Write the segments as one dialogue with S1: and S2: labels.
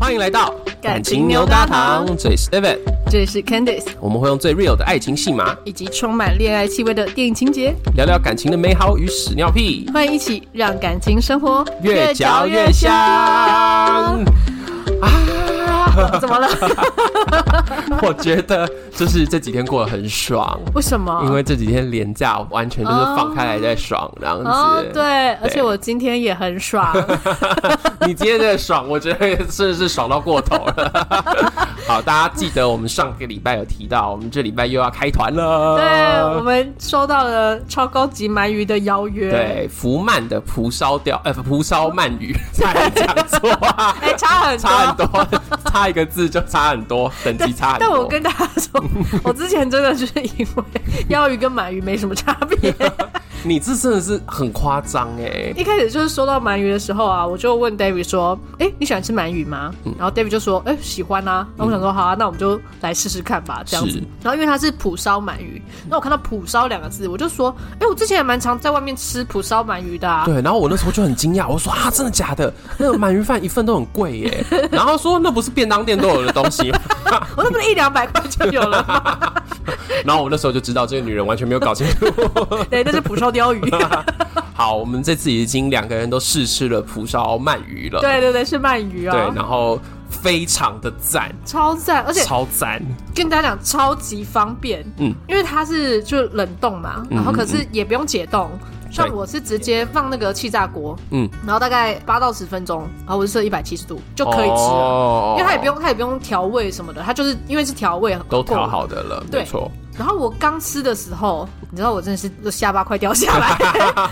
S1: 欢迎来到
S2: 感情牛轧糖
S1: 这里是 David，
S2: 这里是 Candice，
S1: 我们会用最 real 的爱情戏码，
S2: 以及充满恋爱气味的电影情节，
S1: 聊聊感情的美好与屎尿屁，
S2: 欢迎一起让感情生活
S1: 越嚼越香。
S2: 香。 怎 么了？
S1: 我觉得就是这几天过得很爽，
S2: 为什么？
S1: 因为这几天廉价完全就是放开来在爽这样子。
S2: 哦，对，而且我今天也 很爽。
S1: 你今天在爽，我觉得真的是爽到过头 了。好，大家记得我们上个礼拜有提到，我们这礼拜又要开团了。
S2: 对，我们收到了超高级鳗鱼的邀约。，
S1: 对，福曼的蒲烧钓，呃，蒲烧鳗 鱼，差点讲错、啊，
S2: 哎、差很多。
S1: 差很多， 差一个字就差很多，等级差很多。
S2: 但我跟大家说，我之前真的是因为 邀鱼跟鳗鱼没什么差别。
S1: 你这真的是很夸张 哎，
S2: 一开始就是收到鳗鱼的时候啊，我就问 David 说：“哎、你喜欢吃鳗鱼吗？”
S1: 嗯
S2: 然后 David 就说：“哎、喜欢啊。”然后我想说：“好啊，那我们就来试试看吧，这样
S1: 是嗯
S2: 子。”然后因为它是蒲烧鳗鱼，那我看到“蒲烧”两个字，我就说：“哎、我之前也蛮常在外面吃蒲烧鳗鱼的、啊。”
S1: 对，然后我那时候就很惊讶，我说啊，真的假的？那个鳗鱼饭一份都很贵 耶，然后说那不是便当店都有的东西吗，
S2: 我那不是一两百块就有了吗？
S1: 然后我那时候就知道这个女人完全没有搞清楚。
S2: 对，那是蒲烧鲷鱼。
S1: 好，我们这次已经两个人都试吃了蒲烧鳗鱼了，
S2: 对对对，是鳗鱼啊。
S1: 对，然后非常的赞，
S2: 超赞，而且
S1: 超赞，
S2: 跟大家讲超级方便，
S1: 嗯
S2: 嗯，因为它是就冷冻嘛，然后可是也不用解冻。像
S1: 对
S2: 我是直接放那个气炸锅，
S1: 嗯
S2: 嗯，然后大概八到十分钟，然后我就设一百七十度就可以吃了，
S1: 哦
S2: 因为它也不用它也不用调味什么的，它就是因为是调味
S1: 都
S2: 够
S1: 调
S2: 了
S1: 好的了，
S2: 对
S1: 没错。
S2: 然后我刚吃的时候，你知道我真的是就下巴快掉 下来，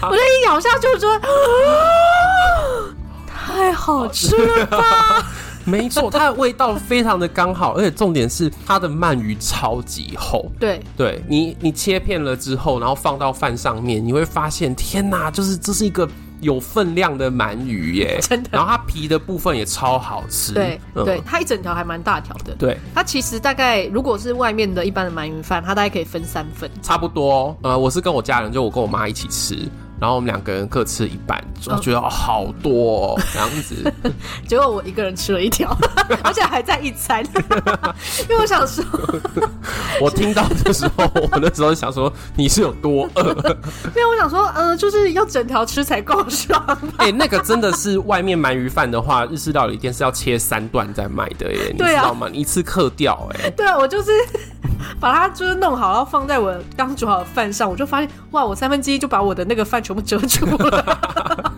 S2: 我就一咬下去，我觉得、 啊太好吃 了吧！
S1: 没 错，它的味道非常的刚好，而且重点是它的鳗鱼超级厚。
S2: 对，
S1: 对你，你切片了之后，然后放到饭上面，你会发现，天哪，就是这是一个有分量的鳗鱼 耶！
S2: 真的
S1: 然后它皮的部分也超好吃。
S2: 对、
S1: 嗯
S2: 对，它一整条还蛮大条的。
S1: 对，
S2: 它其实大概如果是外面的一般的鳗鱼饭，它大概可以分三份。
S1: 差不多。呃，我是跟我家人，就我跟我妈一起吃。然后我们两个人各吃一半，我觉得、哦、好多、哦、这样 子，
S2: 结果我一个人吃了一条，而且还在一餐， 因为我想说，
S1: 我听到的时候，我那时候想说你是有多饿，
S2: 因为我想说，呃，就是要整条吃才够爽。
S1: 哎、那个真的是外面鳗鱼饭的话，日式料理店是要切三段再卖的耶，你知
S2: 对啊
S1: 道吗？你一次克掉哎、
S2: 对啊，我就是把它就是弄好，然后放在我刚煮好的饭上，我就发现，哇，我三分之一就把我的那个饭全部遮住了。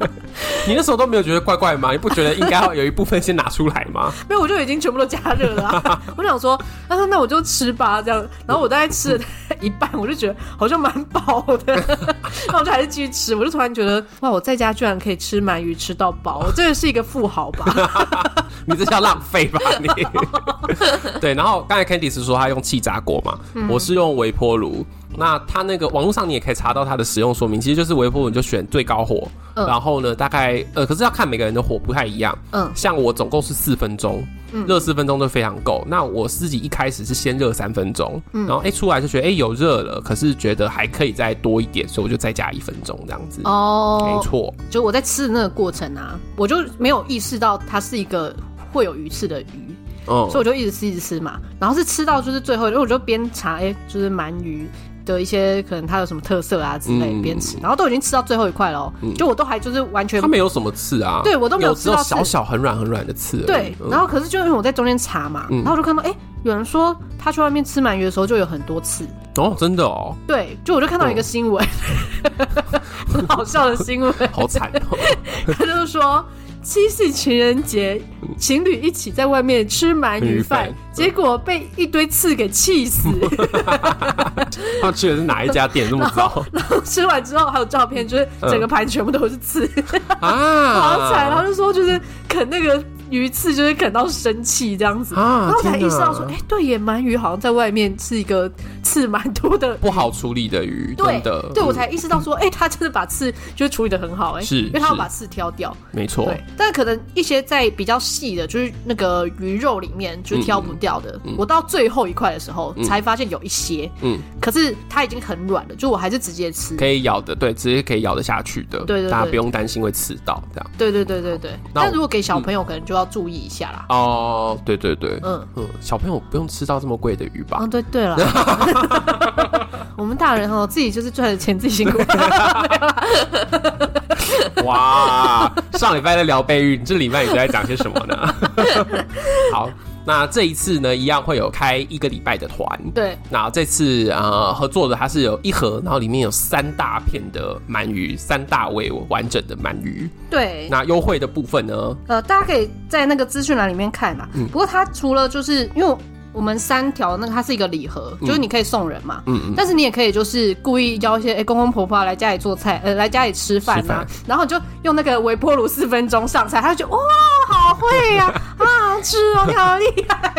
S1: 你那时候都没有觉得怪怪吗？你不觉得应该要有一部分先拿出来吗？
S2: 没有，我就已经全部都加热了啊、 我想说，啊，那我就吃吧，这样。然后我大概吃了一半，我就觉得好像蛮饱 的，那我就还是继续吃。我就突然觉得，哇，我在家居然可以吃鳗鱼吃到饱， 我真的是一个富豪吧？
S1: 你这叫浪费 吧你？对，然后刚才 Candice 说她用气炸锅嘛，
S2: 嗯
S1: 我是用微波炉。那它那个网络上你也可以查到它的使用说明，其实就是微波炉你就选最高火，
S2: 嗯
S1: 然后呢大概呃，可是要看每个人的火不太一样。
S2: 嗯
S1: 像我总共是四分钟，热四分钟就非常够。那我自己一开始是先热三分钟，
S2: 嗯
S1: 然后哎、出来就觉得哎、有热了，可是觉得还可以再多一点，所以我就再加一分钟这样子。没
S2: 哦，
S1: 错，
S2: 就我在吃的那个过程啊，我就没有意识到它是一个会有鱼刺的鱼。
S1: 嗯
S2: 所以我就一直吃一直吃嘛，然后是吃到就是最后，因为我就边查，哎、就是鳗鱼的一些可能它有什么特色啊之类
S1: 嗯，
S2: 边、吃，然后都已经吃到最后一块了哦、就我都还就是完全
S1: 它没有什么刺啊，
S2: 对我都没有
S1: 有只有
S2: 吃到刺
S1: 小小很软很软的刺而已。
S2: 对，
S1: 嗯
S2: 然后可是就因为我在中间查嘛，然后我就看到哎、有人说他去外面吃鳗鱼的时候就有很多次，
S1: 哦，真的哦，
S2: 对，就我就看到一个新闻， 很好笑的新闻，
S1: 好 惨哦。
S2: 他就是说。七夕情人节，情侣一起在外面吃鳗鱼
S1: 嗯鳗鱼
S2: 饭
S1: 饭，嗯
S2: 结果被一堆刺给气死。
S1: 他去的是哪一家店这么糟
S2: 然后吃完之后还有照片，就是整个盘全部都是刺，
S1: 啊？
S2: 好惨！然后就说就是啃那个鱼刺，就是啃到生气这样子，
S1: 啊
S2: 然后才
S1: 天哪
S2: 意识到说，哎、对耶，鳗鱼好像在外面是一个刺蛮多的。
S1: 不好处理的鱼，
S2: 对
S1: 真的，
S2: 对，我
S1: 嗯
S2: 才意识到说，哎、他真的把刺就是处理的很好、哎，
S1: 是
S2: 因为他要
S1: 是
S2: 把刺挑掉。
S1: 没错
S2: 对，，但可能一些在比较细的，就是那个鱼肉里面就是挑不掉的。我到最后一块的时候、才发现有一些，
S1: 嗯
S2: 嗯，可是它已经很软了，就我还是直接吃。
S1: 可以咬的，对，直接可以咬得下去的，
S2: 对对对
S1: 大家不用担心会刺到这样。
S2: 对对对对对，
S1: 那我
S2: 但如果给小朋友，可能就要注意一下啦。
S1: 哦，对对对，
S2: 嗯
S1: 嗯，小朋友不用吃到这么贵的鱼吧？
S2: 啊，对 对了，我们大人哦，自己就是赚的钱自 己辛苦。
S1: 哇，上礼拜在聊备孕，这礼拜你都在讲些什么呢？好，那这一次呢，一样会有开一个礼拜的团。
S2: 对，
S1: 那这次呃合作的它是有一盒，然后里面有三大片的鳗鱼，三大尾完整的鳗鱼。
S2: 对，
S1: 那优惠的部分呢？
S2: 呃，大家可以在那个资讯栏里面看啦。
S1: 嗯
S2: 不过它除了就是因为我们三条那个它是一个礼盒，就是你可以送人嘛，
S1: 嗯嗯嗯
S2: 但是你也可以就是故意邀一些哎、诶公公婆婆啊来家里做菜，呃，来家里吃饭
S1: 吃
S2: 啊
S1: 饭，
S2: 然后你就用那个微波炉四分钟上菜，他就觉得哇，好会呀、 啊，好吃哦，你好厉害。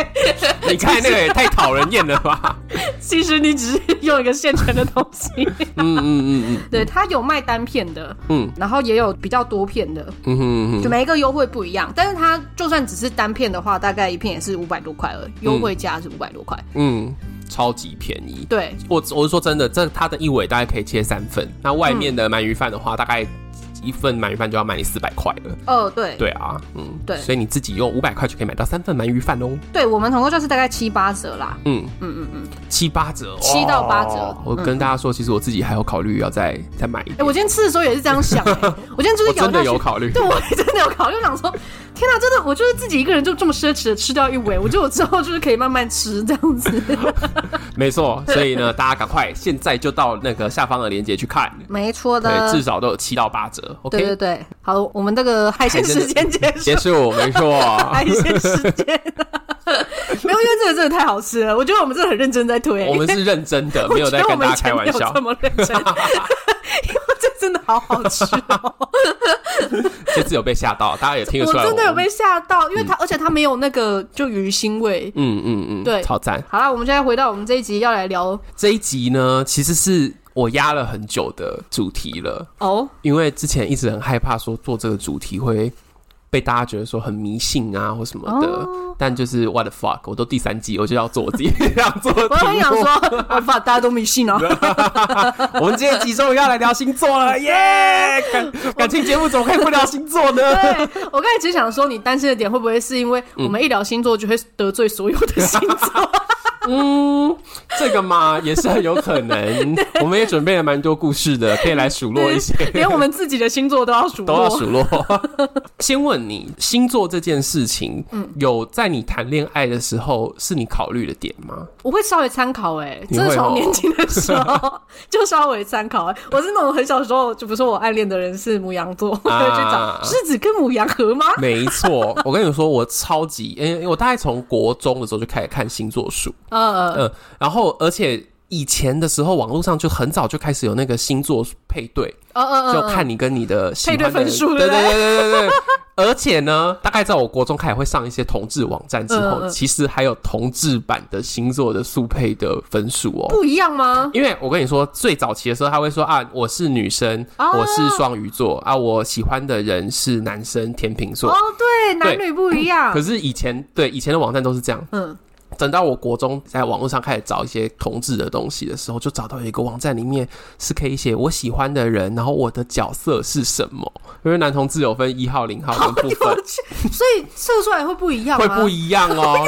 S1: 你看那个也太讨人厌了吧？
S2: 其实你只是用一个现成的东西，
S1: 嗯嗯嗯
S2: 对，它有卖单片的，
S1: 嗯
S2: 然后也有比较多片的，
S1: 嗯嗯哼嗯
S2: 就
S1: 哼，
S2: 每一个优惠不一样，但是它就算只是单片的话，大概一片也是五百多块而已，优惠价是五百多块。
S1: 嗯，超级便宜。
S2: 对，
S1: 我我是说真的，这它的一尾大概可以切三份，那外面的鳗鱼饭的话，大概一份鳗鱼饭就要卖你四百块了。
S2: 哦，对，
S1: 对啊，嗯，
S2: 对
S1: 所以你自己用五百块就可以买到三份鳗鱼饭哦。
S2: 对我们总共就是大概七八折啦。
S1: 嗯嗯嗯嗯，七八折，
S2: 七到八折
S1: 哦我跟大家说，其实我自己还有考虑要再再买一
S2: 哎、
S1: 点，
S2: 我今天吃的时候也是这样 想、哎我今天就是
S1: 我
S2: 咬
S1: 真
S2: 下
S1: 的
S2: 去，
S1: 有考虑。
S2: 对，我也真的有考虑，我想说，天哪、真的，我就是自己一个人就这么奢侈的吃掉一尾，我觉得我之后就是可以慢慢吃这样 子。
S1: 没错，所以呢，大家赶快现在就到那个下方的链接去看，
S2: 没错
S1: 对，
S2: 的
S1: 至，少都有七到八折。
S2: 对
S1: OK，
S2: 对对，好，我们这个海鲜时间结束
S1: 结。束，没 错。
S2: 海鲜时间， 没有，因为这个真的太好吃了，我觉得我们真的很认真在推、
S1: 我们是认真的，没有在跟大家开玩
S2: 我觉得
S1: 笑
S2: 我。们 以前没有这么认真，因为这真的好好吃哦！
S1: 这次有嗯被吓到，大家也听得
S2: 我
S1: 出来。
S2: 真的有被，吓到，因为它、而且它没有那个就鱼腥味。
S1: 嗯嗯嗯，
S2: 对
S1: 超赞。
S2: 好啦，我们现在回到我们这一集要来聊
S1: 这一集呢，其实是我压了很久的主题了，
S2: 哦，
S1: 因为之前一直很害怕说做这个主题会被大家觉得说很迷信啊或什么的。
S2: 哦
S1: 但就是 what the fuck，我都第三季，我就要做我自己 要做的
S2: 我很
S1: 题
S2: 想
S1: 目。
S2: 说，我发大家都迷 信哦，
S1: 我们今天集终于要来聊星座 了，耶、感感情节目怎么可以不聊星座 呢？
S2: 对我刚才只想说，你担心的点会不会是因为我们一聊星座就会得罪所有的星 座？
S1: 嗯，这个嘛也是很有可 能。我们也准备了蛮多故事的，可以来数落一些。
S2: 连我们自己的星座都要数
S1: 都要
S2: 落。
S1: 数落。 先问你，星座这件事情，
S2: 嗯
S1: 有在你谈恋爱的时候是你考虑的点吗？
S2: 我会稍微参考、哎，
S1: 你
S2: 真的
S1: 会
S2: 从
S1: 哦
S2: 年轻的时 候就稍微参考、哎，我是那种很小时候，就比如说我暗恋的人是母羊
S1: 啊
S2: 座，我就会去找狮子跟母羊合吗？
S1: 没错，我跟你说，我超级，因为我大概从国中的时候就开始看星座书，
S2: 呃，
S1: 嗯，然后而且。以前的时候，网络上就很早就开始有那个星座配对，
S2: 呃呃
S1: 嗯就
S2: 呃，
S1: 看你跟你的喜欢的人
S2: 配对分数
S1: 对
S2: 对不
S1: 对
S2: 对
S1: 对对 对对。而且呢，大概在我国中开始会上一些同志网站之
S2: 嗯
S1: 后，
S2: 嗯
S1: 其实还有同志版的星座的速配的分数哦。
S2: 不一样吗？
S1: 因为我跟你说，最早期的时候，他会说啊，我是女生，
S2: 哦
S1: 我是双鱼座啊，我喜欢的人是男生，天秤座。
S2: 哦，对，男女不一样
S1: 可。是以前对以前的网站都是这样，
S2: 嗯，
S1: 等到我国中在网络上开始找一些同志的东西的时候，就找到一个网站里面是可以写我喜欢的人，然后我的角色是什么，因为男同志有分一号、零号
S2: 好
S1: 跟部 分
S2: 有。趣，所以射出来会不一样
S1: 会
S2: 吗？
S1: 不一样 哦，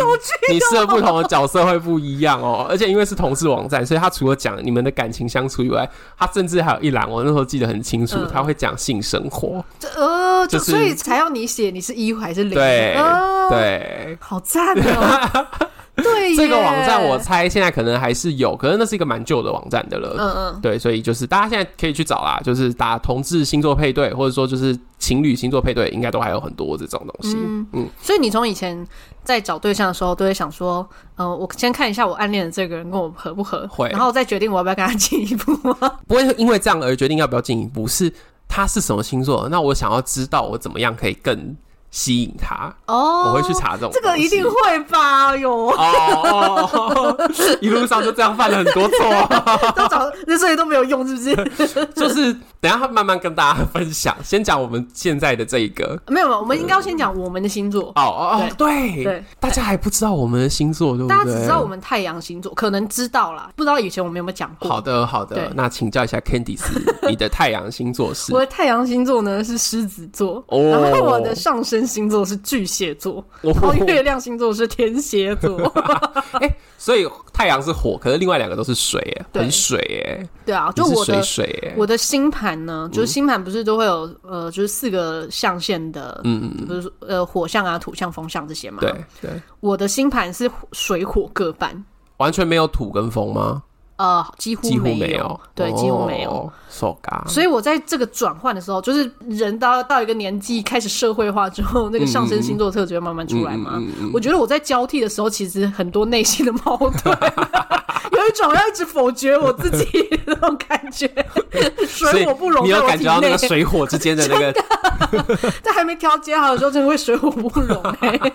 S1: 你适合不同的角色会不一样哦，而且因为是同事网站，所以他除了讲你们的感情相处以外，他甚至还有一栏，我那时候记得很清楚
S2: 嗯，
S1: 他会讲性生活，
S2: 这呃，就
S1: 就是
S2: 所以才要你写你是一还是零？
S1: 对
S2: 哦，
S1: 对。
S2: 好赞哦。 对，
S1: 这个网站我，猜现在可能还是有，可是那是一个蛮旧的网站的了。
S2: 嗯嗯，
S1: 对，所以就是大家现在可以去找啦，就是打同志星座配对，或者说就是情侣星座配对，应该都还有很多这种东西。嗯
S2: 所以你从以前在找对象的时候，都会想说，呃，我先看一下我暗恋的这个人跟我合不合，
S1: 会
S2: 然后再决定我要不要跟他进一步吗？
S1: 不会因为这样而决定要不要进一步，是他是什么星座，那我想要知道我怎么样可以更吸引他。
S2: 哦
S1: 我会去查这种东西，
S2: 这个一定会吧？ 有
S1: 哦哦， 哦一路上就这样犯了很多错、
S2: 都找那这些都没有用，是不是？
S1: 就是等一下慢慢跟大家分享。先讲我们现在的这一个。
S2: 没有，没有我们应该要先讲我们的星座。
S1: 哦哦哦，对
S2: 对，
S1: 大家还不知道我们的星座，对不对？
S2: 大家只知道我们太阳星座，可能知道啦，不知道以前我们有没有讲过。
S1: 好的，好
S2: 对
S1: 的，那请教一下 Candice，你的太阳星座是
S2: 我？的太阳星座呢是狮子座，
S1: 哦
S2: 然后我的上升星座是巨蟹座，
S1: 哦
S2: 然后月亮星座是天蝎座。
S1: 哎、所以太阳是火，可是另外两个都是水，哎，
S2: 对
S1: 很水，哎，
S2: 对啊，
S1: 你
S2: 就是我
S1: 水
S2: 的
S1: 水，哎，
S2: 我的星盘呢，
S1: 嗯
S2: 就是星盘不是都会有呃，就是四个象限的，
S1: 嗯嗯，
S2: 比如说呃火象啊、土象、风象这些嘛。
S1: 对，对，
S2: 我的星盘是火水火各半，
S1: 完全没有土跟风吗？
S2: 呃，几乎
S1: 几乎
S2: 没
S1: 没有，
S2: 对，几乎没有。
S1: 哦。手嘎，
S2: 所以我在这个转换的时候，就是人到到一个年纪开始社会化之后，那
S1: 嗯
S2: 个上升星座特质会慢慢出来嘛。我觉得我在交替的时候，其实很多内心的矛 盾，有一种要一直否决我自己的那种感 觉，
S1: 所
S2: 水
S1: 以
S2: 火不容
S1: 你
S2: 在
S1: 有
S2: 我
S1: 感
S2: 体
S1: 觉到那
S2: 内
S1: 个。水火之间的那 个？
S2: 在还没调节好的时候，真的会水火不容、 欸。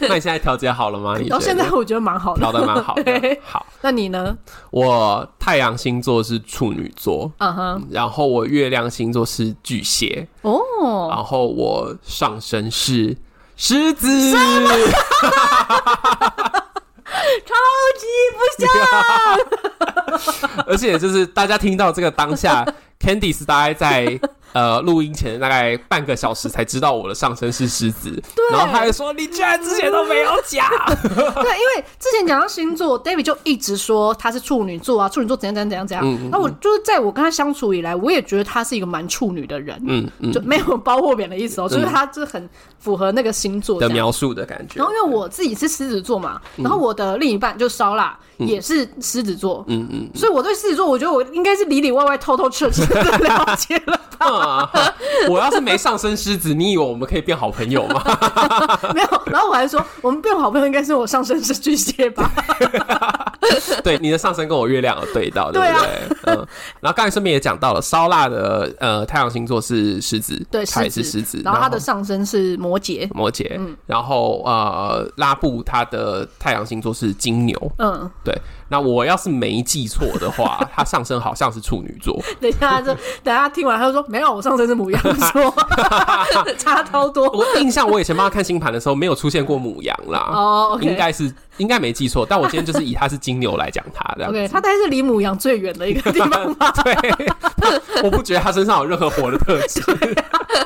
S1: 那你现在调节好了吗？你
S2: 然后
S1: 觉
S2: 现
S1: 得
S2: 在我觉得蛮好
S1: 调
S2: 的。
S1: 的蛮好的
S2: 对。
S1: 好，
S2: 那你呢？
S1: 我太阳星座是处女座，
S2: 嗯哼，
S1: 然后我月亮星座是巨蟹，
S2: 哦，
S1: 然后我上身是狮子，
S2: 超级不 像。
S1: 而且就是大家听到这个当下，Candice 大概在。呃，录音前大概半个小时才知道我的上身是狮子，然后他还说你居然之前都没有讲，
S2: 对，因为之前讲到星座，David 就一直说他是处女座啊，处女座怎样怎样怎样怎样。那、我就是在我跟他相处以来，我也觉得他是一个蛮处女的人，
S1: 嗯嗯
S2: 就没有褒或贬的意思哦，就是他就是很符合那个星座
S1: 的
S2: 这样。
S1: 描述的感觉
S2: 然。后因为我自己是狮子座嘛，然后我的另一半就烧腊、也是狮子座，
S1: 嗯嗯
S2: 所以我对狮子座，我觉得我应该是里里外外、透透彻彻的 了解了，
S1: 啊，我要是没上身狮子，你以为我们可以变好朋友吗？
S2: 没有。然后我还说，我们变好朋友应该是我上升是巨蟹吧？
S1: 对，你的上身跟我月亮有对到，对不
S2: 啊
S1: 对？嗯，然后刚才顺便也讲到了，烧腊的呃太阳星座是狮子，
S2: 对，
S1: 它也
S2: 狮
S1: 是
S2: 子，
S1: 狮子，
S2: 然后他的嗯上升是摩羯，
S1: 摩羯，然后呃拉布他的太阳星座是金牛，
S2: 嗯。
S1: 对。那我要是没记错的 话，他上身好像是处女座，
S2: 等一下，这等一下听完，他就说没有，我上身是母羊座， 差超多。
S1: 我印象我以前帮他看星盘的时候没有出现过母羊啦，
S2: 哦，OK
S1: 啊应该是应该没记错，但我今天就是以他是金牛来讲他的。
S2: OK，他大概是离母羊最远的一个地方 吧。
S1: 对，我不觉得他身上有任何火的特质。
S2: 啊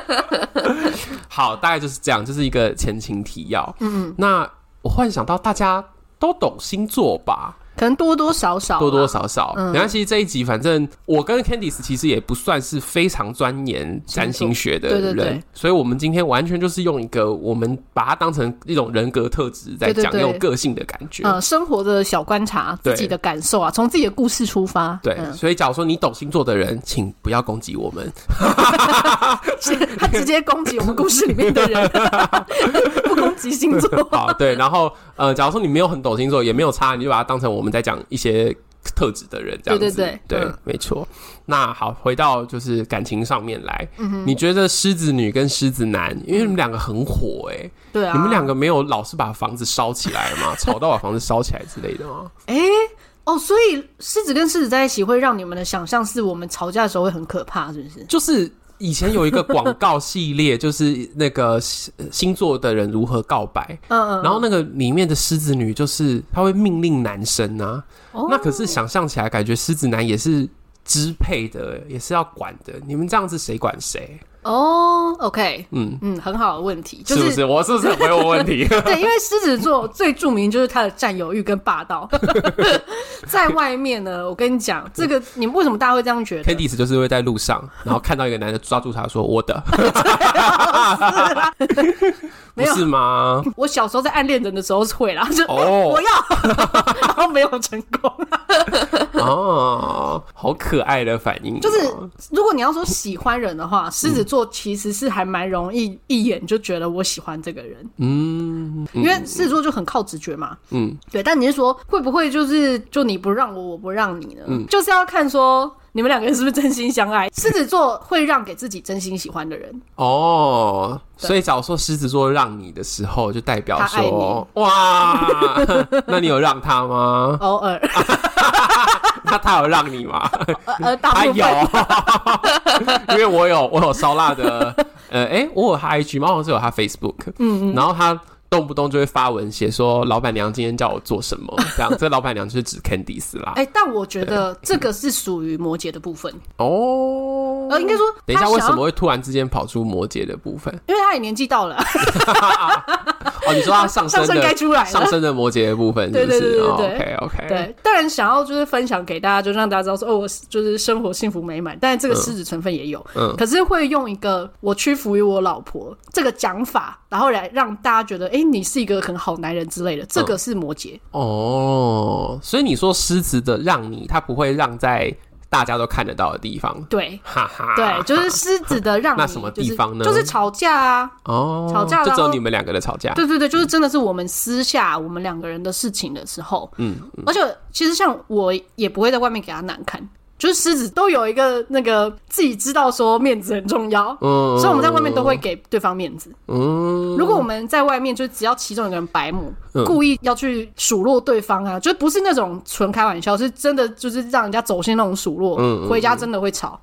S1: 好，大概就是这样，这、是一个前情提要。嗯，那我忽然想到，大家都懂星座吧？
S2: 可能多多少少啦，
S1: 多多少少。
S2: 嗯
S1: 没关系，这一集反正我跟 Candice 其实也不算是非常钻研占星学的
S2: 对
S1: 人，
S2: 对对
S1: 所以我们今天完全就是用一个我们把它当成一种人格特质在
S2: 对对
S1: 讲，
S2: 对
S1: 用个性的感觉。
S2: 呃生活的小观察，
S1: 对
S2: 自己的感受啊，从自己的故事出发。
S1: 对，
S2: 嗯
S1: 所以假如说你懂星座的人，请不要攻击我们。
S2: 他直接攻击我们故事里面 的人，不攻击星座。
S1: 好，对，然后呃，假如说你没有很懂星座，也没有差，你就把它当成我们在讲一些特质的人这样
S2: 对
S1: 子。
S2: 对对嗯
S1: 没错。那好，回到就是感情上面来，
S2: 嗯
S1: 你觉得狮子女跟狮子男，因为你们两个很火哎、
S2: 对啊，
S1: 你们两
S2: 个，
S1: 个没有老是把房子烧起来吗？吵到把房子烧起来之类的吗？
S2: 哎。哦，所以狮子跟狮子在一起会让你们的想象是我们吵架的时候会很可怕，是不是？
S1: 就是。以前有一个广告系列，就是那个星星座的人如何告白，
S2: 嗯嗯，
S1: 然后那个里面的狮子女就是她会命令男生啊，
S2: 哦
S1: 那可是想象起来感觉狮子男也是支配的，也是要管的。你们这样子谁管谁？
S2: 哦，OK，
S1: 嗯，
S2: 嗯，很好的问题，就是
S1: 不是？我是不 是回我问题？
S2: 对，因为狮子座最著名就是他的占有欲跟霸道， 在外面呢，我跟你讲，这个你们为什么大家会这样觉
S1: c a
S2: 得
S1: n？d i c e 就是会在路上，然后看到一个男的抓住他说：“我 的。”不
S2: 啊 没有
S1: 是吗？
S2: 我小时候在暗恋人的时候是会啦，就、
S1: 哦
S2: 我要，然后没有成功。
S1: 哦，好可爱的反应哦，
S2: 就是如果你要说喜欢人的
S1: 嗯
S2: 话，狮子座其实是还蛮容易一眼就觉得我喜欢这个人，
S1: 嗯，
S2: 因为狮子座就很靠直觉嘛。
S1: 嗯，嗯
S2: 对，但你是说会不会就是就你不让我，我不让你呢？就是要看说你们两个人是不是真 心相爱？狮子座会让给自己真心喜欢的人，
S1: 哦，所以假如说狮子座让你的时候，就代表
S2: 他爱
S1: 说，哇， 那你有让他吗？
S2: 偶尔
S1: 啊那他有让你吗？
S2: 呃呃，大
S1: 他
S2: 部
S1: 有
S2: 分，
S1: 因为我有 我有烧腊的，呃，哎、我有他 IG 吗？我好像是有他 Facebook，嗯嗯，然后他动不动就会发文写说，老板娘今天叫我做什么，这样，这老板娘就是指 Candice 啦，
S2: 哎、但我觉得这个是属于摩羯的部分，
S1: 哦，
S2: 呃，应该说，
S1: 等一下，为什么？会突然之间跑出摩羯的部分？
S2: 因为他也年纪到 了，
S1: 哦，你说他上升的
S2: 上升该出来了
S1: 上升的摩羯的部分是不是，哦
S2: 对对对对对
S1: o k OK，，
S2: 对，当然想要就是分享给大家，就让大家知道说，哦，我是就是生活幸福美满，但是这个狮子成分也有，
S1: 嗯
S2: 可是会用一个我屈服于我老婆这个讲法，然后来让大家觉得，哎、你是一个很好男人之
S1: 嗯
S2: 类的，这个是摩羯，
S1: 哦，所以你说狮子的让你，它不会让在大家都看得到的地方，
S2: 对。
S1: 哈哈，
S2: 对，就是狮子的让你
S1: 啊 那什么地方呢
S2: 就是？就是吵架啊，
S1: 哦，
S2: 吵架
S1: 就只
S2: 然
S1: 有
S2: 后
S1: 你们两个的吵架，
S2: 对对对，就是真的是我们私下我们两个人的事情的时候，嗯，而且其实像我也不会在外面给他难看，就是狮子都有一个那个自己知道说面子很重要，
S1: 嗯
S2: 所以我们在外面都会给对方面子。
S1: 嗯，
S2: 如果我们在外面就只要其中一个人白目，
S1: 嗯
S2: 故意要去数落对方啊，就不是那种纯开玩笑，是真的就是让人家走心那种数落，
S1: 嗯嗯
S2: 回家真的会吵，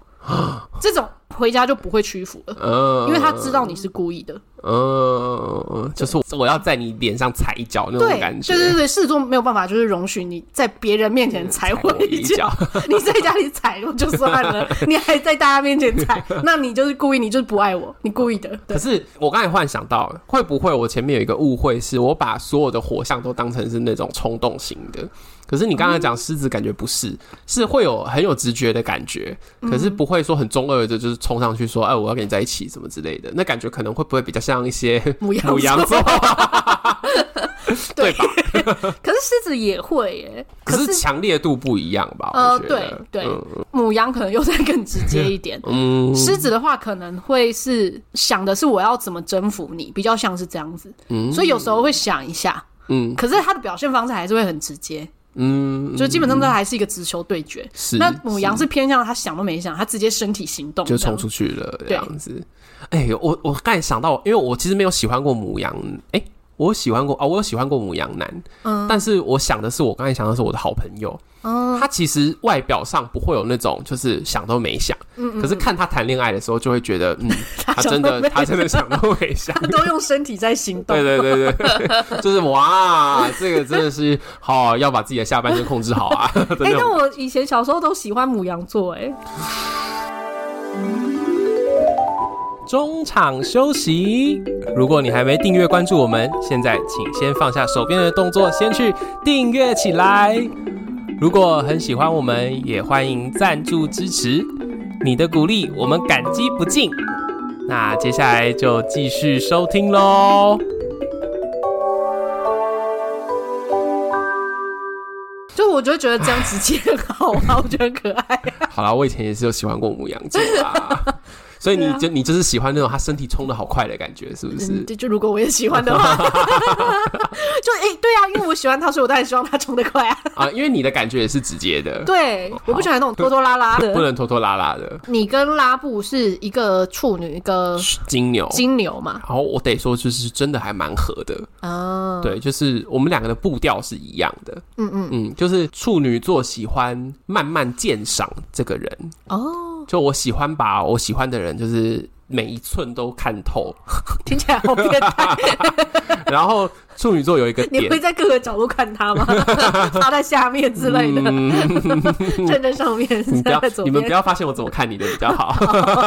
S2: 这种回家就不会屈服了，
S1: 嗯，
S2: 因为他知道你是故意的。
S1: 嗯，就是我我要在你脸上踩一脚嗯那种
S2: 对，
S1: 感觉，
S2: 对对对，狮子座没有办法，就是容许你在别人面前踩
S1: 嗯踩
S2: 我
S1: 我
S2: 一
S1: 一
S2: 脚
S1: 脚，
S2: 你在家里踩我就 算了，你还在大家面前踩，那你就是故意，你就是不爱我，你故意的。对
S1: 可，是我刚才忽然想到，会不会我前面有一个误会，是我把所有的火象都当成是那种冲动型的？可是你刚才讲
S2: 嗯
S1: 狮子，感觉不是，是会有很有直觉的感觉，可
S2: 嗯
S1: 是不会说很中二的，就是冲上去说，哎，我要跟你在一起什么之类的，那感觉可能会不会比较像一 些
S2: 母羊 座
S1: 母羊座，
S2: 对
S1: 对吧？
S2: 可是狮子也会耶，
S1: 可是
S2: 可是
S1: 强烈度不一样吧？
S2: 呃
S1: 我觉得
S2: 对对
S1: 嗯
S2: 母羊可能又再更直接一点。
S1: 嗯
S2: 狮子的话可能会是想的是我要怎么征服你，比较像是这样子，
S1: 嗯
S2: 所以有时候会想一下，
S1: 嗯
S2: 可是他的表现方式还是会很直接，
S1: 嗯，
S2: 就基本上都还是一个直球对决。
S1: 是
S2: 那母羊是偏向他想都没想，他直接身体行动，
S1: 就冲。出去了这
S2: 对
S1: 样子。哎、我我刚才想到，因为我其实没有喜欢过母羊，哎、我有喜欢过啊、我有喜欢过母羊男，
S2: 嗯
S1: 但是我想的是，我刚才想的是我的好朋友，
S2: 嗯，
S1: 他其实外表上不会有那种就是想都没想，可是看他谈恋爱的时候，就会觉得， 嗯，他真的嗯他真的想都没 想。
S2: 他都用身体在行 动
S1: 对。对对对， 就是哇，这个真的是好、要把自己的下半身控制好啊 的
S2: 哎、
S1: 那
S2: 但
S1: 种。
S2: 我以前小时候都喜欢母羊座、哎，
S1: 中场休息。如果你还没订阅关注我们，现在请先放下手边的动作，先去订阅起来。如果很喜欢我们，也欢迎赞助支持，你的鼓励我们感激不尽。那接下来就继续收听喽。
S2: 就我就会觉得这样直接很好啊，我觉得很可爱。
S1: 好啦，我以前也是有喜欢过母羊座啦， 所以
S2: 对
S1: 你
S2: 啊
S1: 就你就是喜欢那种他身体冲的好快的感觉，是不是
S2: 嗯，？就就如果我也喜欢 的话，就哎、对啊，因为我喜欢他，所以我当然希望他冲得快啊。
S1: 啊，因为你的感觉也是直接的，
S2: 对，我不喜欢那种拖拖拉拉
S1: 不
S2: 的。
S1: 能拖拖拉拉的。
S2: 你跟拉布是一个处女，一个
S1: 金牛，
S2: 金牛嘛？
S1: 然后我得说，就是真的还蛮合的，
S2: 啊，
S1: 对，就是我们两个的步调是一样的，
S2: 嗯嗯，
S1: 嗯，就是处女座喜欢慢慢鉴赏这个人，
S2: 哦，
S1: 就我喜欢把我喜欢的人就是每一寸都看透，
S2: 听起来好 变态。
S1: 然后处女座有一个
S2: 你
S1: 点
S2: 会，在各个角度看他 吗？他在下面之类的，站在上面，
S1: 嗯 你
S2: 站
S1: 不要
S2: 在左，
S1: 你们不
S2: 边。
S1: 要发现我怎么看你的比较好。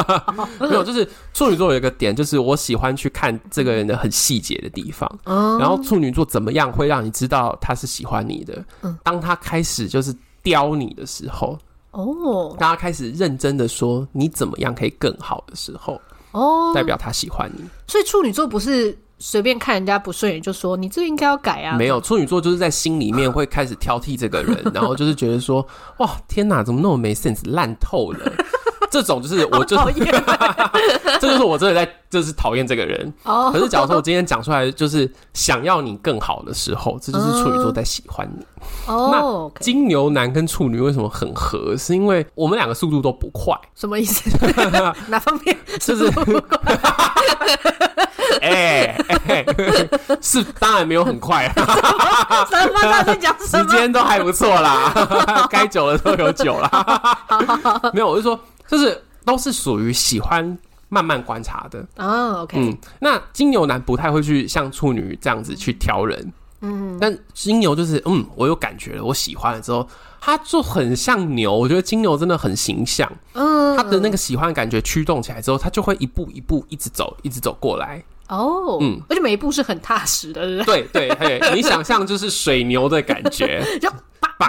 S1: 没有，就是处女座有一个点，就是我喜欢去看这个人的很细节的地方。
S2: 哦
S1: 然后处女座怎么样会让你知道他是喜欢你的？
S2: 嗯
S1: 当他开始就是刁你的时候，
S2: 哦
S1: 当他开始认真的说你怎么样可以更好的时候，
S2: 哦，
S1: 代表他喜欢你。
S2: 所以处女座不是随便看人家不顺眼就说你这个应该要改啊？
S1: 没有处女座就是在心里面会开始 挑剔这个人，然后就是觉得说，哇，天哪，怎么那么没 sense，烂透了。这种就是我就
S2: 好讨 厌
S1: 这就是我真的在就是讨厌这个人。
S2: 哦
S1: 可是假如说我今天讲出来就是想要你更好的时候，这就是处女
S2: 嗯
S1: 座在喜欢你。那
S2: 哦，OK，
S1: 金牛男跟处女为什么很合？是因为我们两个速度都不快。
S2: 什么意思？ 哪方 面？
S1: 就是 哎、哎是当然没有很快啊，
S2: 什么？他在讲 什
S1: 时
S2: 么？
S1: 间都还不错啦，该久了都有久啦。 没有，我是说，就是都是属于喜欢慢慢观察的。
S2: 啊，OK，
S1: 嗯，那金牛男不太会去像处女这样子去挑人，嗯，但金牛就是嗯，我有感觉了，我喜欢了之后，他就很像牛。我觉得金牛真的很形象，
S2: 嗯，
S1: 他的那个喜欢感觉驱动起来之后，他就会一步一步一直走，一直走过来。
S2: 哦，
S1: 嗯
S2: 而且每一步是很踏实的，对不
S1: 对对，嘿，你想象就是水牛的感觉，
S2: 对？就
S1: 叭
S2: 叭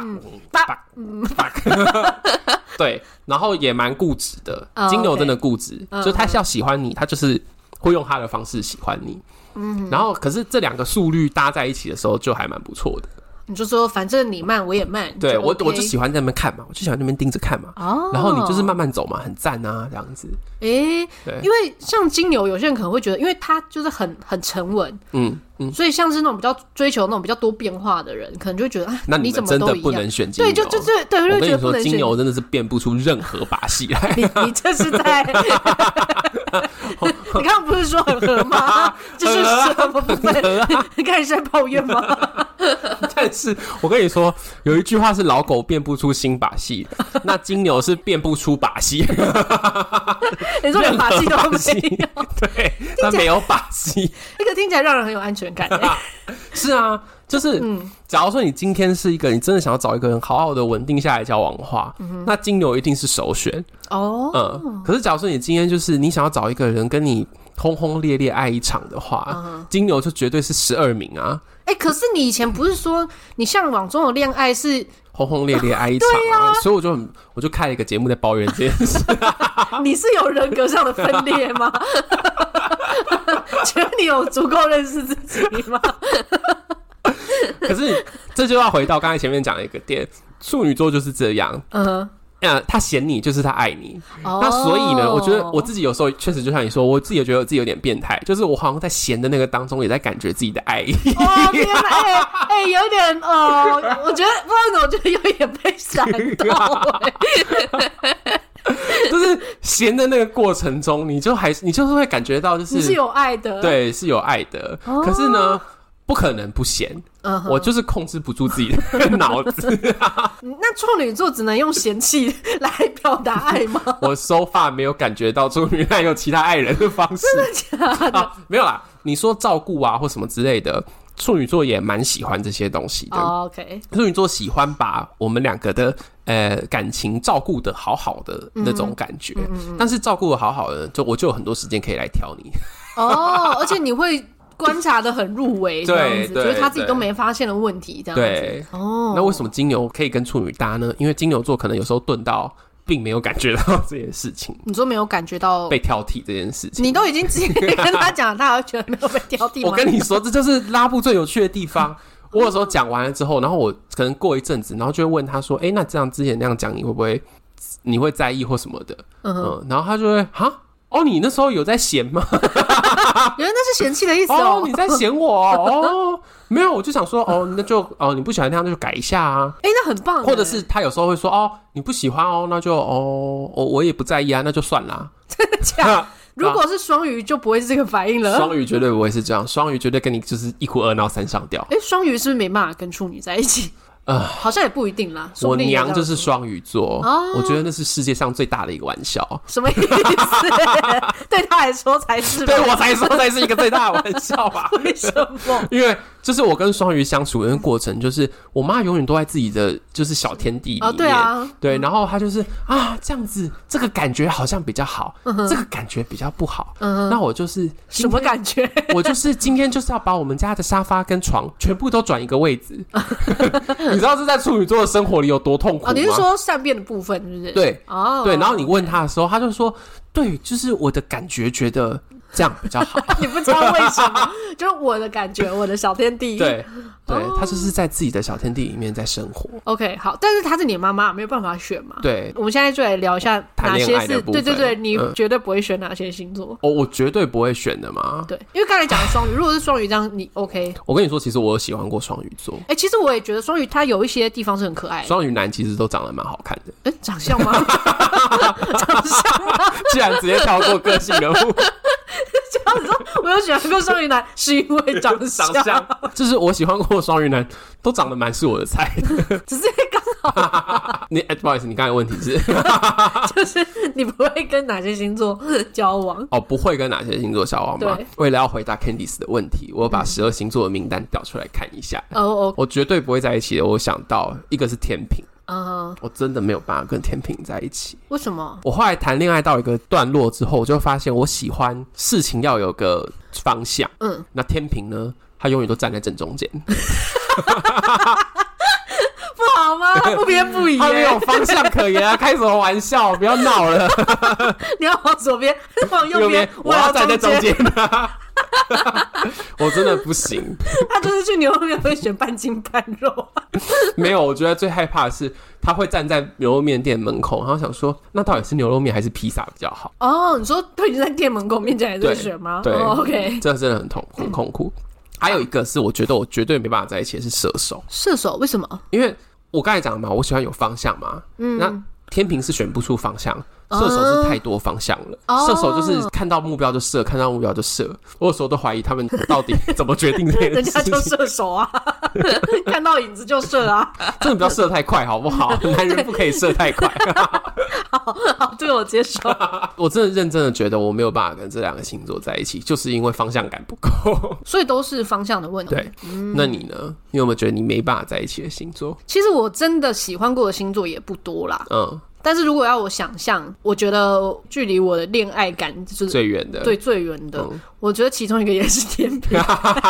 S1: 叭
S2: 嗯
S1: 叭，嗯 对，然后也蛮固执的
S2: 哦，
S1: 金牛
S2: OK
S1: 真的固执，
S2: 嗯
S1: 就他要喜欢你，他就是会用他的方式喜欢你。嗯，然后可是这两个速率搭在一起的时候，就还蛮不错的。
S2: 你就说，反正你慢我也慢，
S1: 对我，
S2: OK
S1: 我就喜欢在那边看嘛，我就喜欢那边盯着看嘛。
S2: 哦，
S1: 然后你就是慢慢走嘛，很赞啊，这样子。
S2: 诶，
S1: 对
S2: 因为像金牛，有些人可能会觉得，因为他就是很很沉稳，
S1: 嗯嗯，
S2: 所以像是那种比较追求那种比较多变化的人，可能就会觉得啊，
S1: 那
S2: 你
S1: 你
S2: 怎
S1: 们
S2: 么
S1: 真
S2: 都
S1: 的
S2: 一
S1: 不
S2: 样
S1: 能。选金
S2: 对，
S1: 牛。
S2: 就就对对，
S1: 我
S2: 就
S1: 跟
S2: 觉
S1: 你
S2: 得不
S1: 说，
S2: 能选
S1: 金牛真的是变不出任何把戏来。
S2: 你，你这是 在，你刚刚不是说很合 吗？这是什么部分？
S1: 啊
S2: 你看你是在抱 怨吗？
S1: 但是我跟你说，有一句话是老狗变不出新把戏，那金牛是变不出把戏，
S2: 你说连把戏都
S1: 把
S2: 没
S1: 戏
S2: 有，，
S1: 对，他没有把戏。
S2: 这个听起来让人很有安全感欸。
S1: 是啊，就是，
S2: 嗯
S1: 假如说你今天是一个你真的想要找一个人好好的稳定下来交往的话，那金牛一定是首选。
S2: 嗯哦，
S1: 嗯，可是假如说你今天就是你想要找一个人跟你轰轰烈烈爱一场的
S2: 嗯
S1: 话，金牛就绝对是十二名啊，
S2: 哎，可是你以前不是说你向往中的恋爱是
S1: 轰轰烈烈爱一场啊，所以我就很我就开了一个节目在抱怨这件事。啊
S2: 你是有人格上的分裂吗？ 觉得你有足够认识自己吗？
S1: 可是这就要回到刚才前面讲的一个点，处女座就是这样，
S2: 嗯，
S1: 呃，他嫌你就是他爱你。
S2: 哦
S1: 那所以呢，我觉得我自己有时候确实就像你说，我自己也觉得我自己有点变态，就是我好像在嫌的那个当中也在感觉自己的爱 意。
S2: 哦天哪，哎、哎、有点哦，我觉得不知道怎么，我觉得有点 被闪到、
S1: 啊
S2: 哎
S1: 就是闲的那个过程中，你就还是你就是会感觉到，就
S2: 你
S1: 是
S2: 是有爱的，，
S1: 对是有爱的，
S2: 哦
S1: 可是呢，不可能不闲，
S2: 嗯哼
S1: 我就是控制不住自己的 脑子。
S2: 那处女座只能用嫌弃 来表达爱 吗？
S1: 我手法没有感觉到处女男有其他爱人的方式，
S2: 真的假的？
S1: 啊，没有啦，你说照顾啊或什么之类的。处女座也蛮喜欢这些东西的，
S2: 哦，OK，
S1: 处女座喜欢把我们两个的呃感情照顾的好好的
S2: 嗯
S1: 那种感觉，但是照顾的好好的，就我就有很多时间可以来挑你。
S2: 哦，而且你会观察的很入微，这样子，
S1: 对对
S2: 就是他自己都没发现的问题，这样子，
S1: 对，
S2: 哦，
S1: 那为什么金牛可以跟处女搭呢？因为金牛座可能有时候钝到并没有感觉到这件事情，
S2: 你说没有感觉到
S1: 被挑剔这件事情。
S2: 你都已经直接 跟他讲，他还会觉得没有被挑剔吗？
S1: 我跟你说，这就是拉布最有趣的地 方。我有时候讲完了之后，然后我可能过一阵子，然后就会问他说：“哎、那这样之前那样讲，你会不会你会在意或什么的？”
S2: 嗯哼
S1: 嗯，然后他就会哈。哦，你那时候有在嫌吗？
S2: 原来那是嫌弃的意思
S1: 哦
S2: 哦，。
S1: 你在嫌我哦？哦没有，我就想说，哦，那就哦，你不喜欢那样，那就改一下啊。
S2: 哎、那很棒欸，
S1: 或者是他有时候会说，哦，你不喜欢哦，那就哦，我我也不在意啊，那就算啦。
S2: 真的 假的？欸如果是双鱼，就不会是这个反应了。
S1: 双鱼绝对不会是这样，双鱼绝对跟你就是一哭二闹三上 吊。
S2: 哎，双鱼是不是没办法跟处女在一起？
S1: 啊
S2: 好像也不一定啦。说
S1: 我
S2: 不定有这样
S1: 娘就是双鱼座
S2: 哦，
S1: 我觉得那是世界上最大的一个玩笑。
S2: 什么意思？对他来说才是 吧
S1: 对我才说才是一个最大的玩笑吧。
S2: 为什么？
S1: 因为就是我跟双鱼相处的那个过程，就是我妈永远都在自己的就是小天地里面，
S2: 哦对啊
S1: 对然后她就是啊这样子，这个感觉好像
S2: 嗯
S1: 比较好，这个感觉比较不好，那我就是
S2: 什么感觉？
S1: 我就是今天就是要把我们家的沙发跟床全部都转一个位置， 你知道这在处女座的生活里有多痛苦吗？
S2: 哦，你是说善变的部分，是不是？
S1: 对
S2: 哦，
S1: 对，然后你问他的时候，他就说对，就是我的感觉觉得这样比较 好。
S2: 你不知道为什么，就是我的感觉，我的小天地。
S1: 对，对，
S2: 哦
S1: 他就是在自己的小天地里面在生活。
S2: OK，好，但是她是你妈妈，没有办法选嘛。
S1: 对，
S2: 我们现在就来聊一下哪
S1: 谈
S2: 些
S1: 恋爱
S2: 是
S1: 的部
S2: 对
S1: 分
S2: 对对，你
S1: 嗯
S2: 绝对不会选哪些星座。
S1: 哦我我绝对不会选的嘛。
S2: 对，因为刚才讲的双鱼，如果是双鱼这样，你 OK？
S1: 我跟你说，其实我有喜欢过双鱼座，
S2: 哎、其实我也觉得双鱼它有一些地方是很可爱的。
S1: 双鱼男其实都长得蛮好看的。
S2: 哎、长相吗？ 长相吗？
S1: 既然直接跳过个性人物
S2: 我有喜欢过双鱼男，是因为长 相，
S1: 长相， 就是我喜欢过的双鱼男都长得蛮是我的菜的。
S2: 只是因为刚
S1: 你哎不好意思，你刚才问题是
S2: 就是 你不会跟哪些星座交往。
S1: 哦，不会跟哪些星座交往吗
S2: 对？
S1: 为了要回答 Candice 的问题，我把十二星座的名单调出来看一下。
S2: 哦哦，
S1: 我绝对不会在一起的。我想到一个是天平，
S2: 嗯，
S1: 我真的没有办法跟天平在一起。
S2: 为什么？
S1: 我后来谈恋爱到一个段落之后，我就发现我喜欢事情要有个方向。
S2: 嗯，
S1: 那天平呢？他永远都站在正中间，
S2: 不好 吗？不偏不倚 耶，
S1: 他没有方向可言啊！开什么玩笑？不要闹了，
S2: 你要往左 边，往右边，
S1: 我要站在中
S2: 中。
S1: 间。啊 我真的不行，
S2: 他就是去牛肉面会选半斤半肉。
S1: 没有。我觉得最害怕的是他会站在牛肉面店门口，然后想说，那到底是牛肉面还是披萨比较好？
S2: 哦，你说都已经在店门口面前还在
S1: 对
S2: 选吗？
S1: 对
S2: 哦、，OK。
S1: 这真的很痛，很痛苦。还有一个是，我觉得我绝对没办法在一起的是射手，
S2: 射手为什么？
S1: 因为我刚才讲嘛，我喜欢有方向嘛。
S2: 嗯
S1: 那天平是选不出方向，
S2: 哦
S1: 射手是太多方向了。
S2: 哦
S1: 射手就是看到目标就射，看到目标就射。我有时候都怀疑他们到底 怎么决定这
S2: 人
S1: 件
S2: 家
S1: 事
S2: 就
S1: 情，
S2: 射手 啊，看到影子就射啊。
S1: 真的不要射太快，好不好？ 男人不可以射太快。
S2: 好，这个我接受。
S1: 我真的认真的觉得我没有办法跟这两个星座在一起，就是因为方向感不够。
S2: 所以都是方向的问题。
S1: 对，
S2: 嗯
S1: 那你呢？你有没有觉得你没办法在一起的星座？
S2: 其实我真的喜欢过的星座也不多啦，
S1: 嗯，
S2: 但是如果要我想象，我觉得距离我的恋爱感就是
S1: 最远的。
S2: 对最远的，
S1: 嗯
S2: 我觉得其中一个也是天平。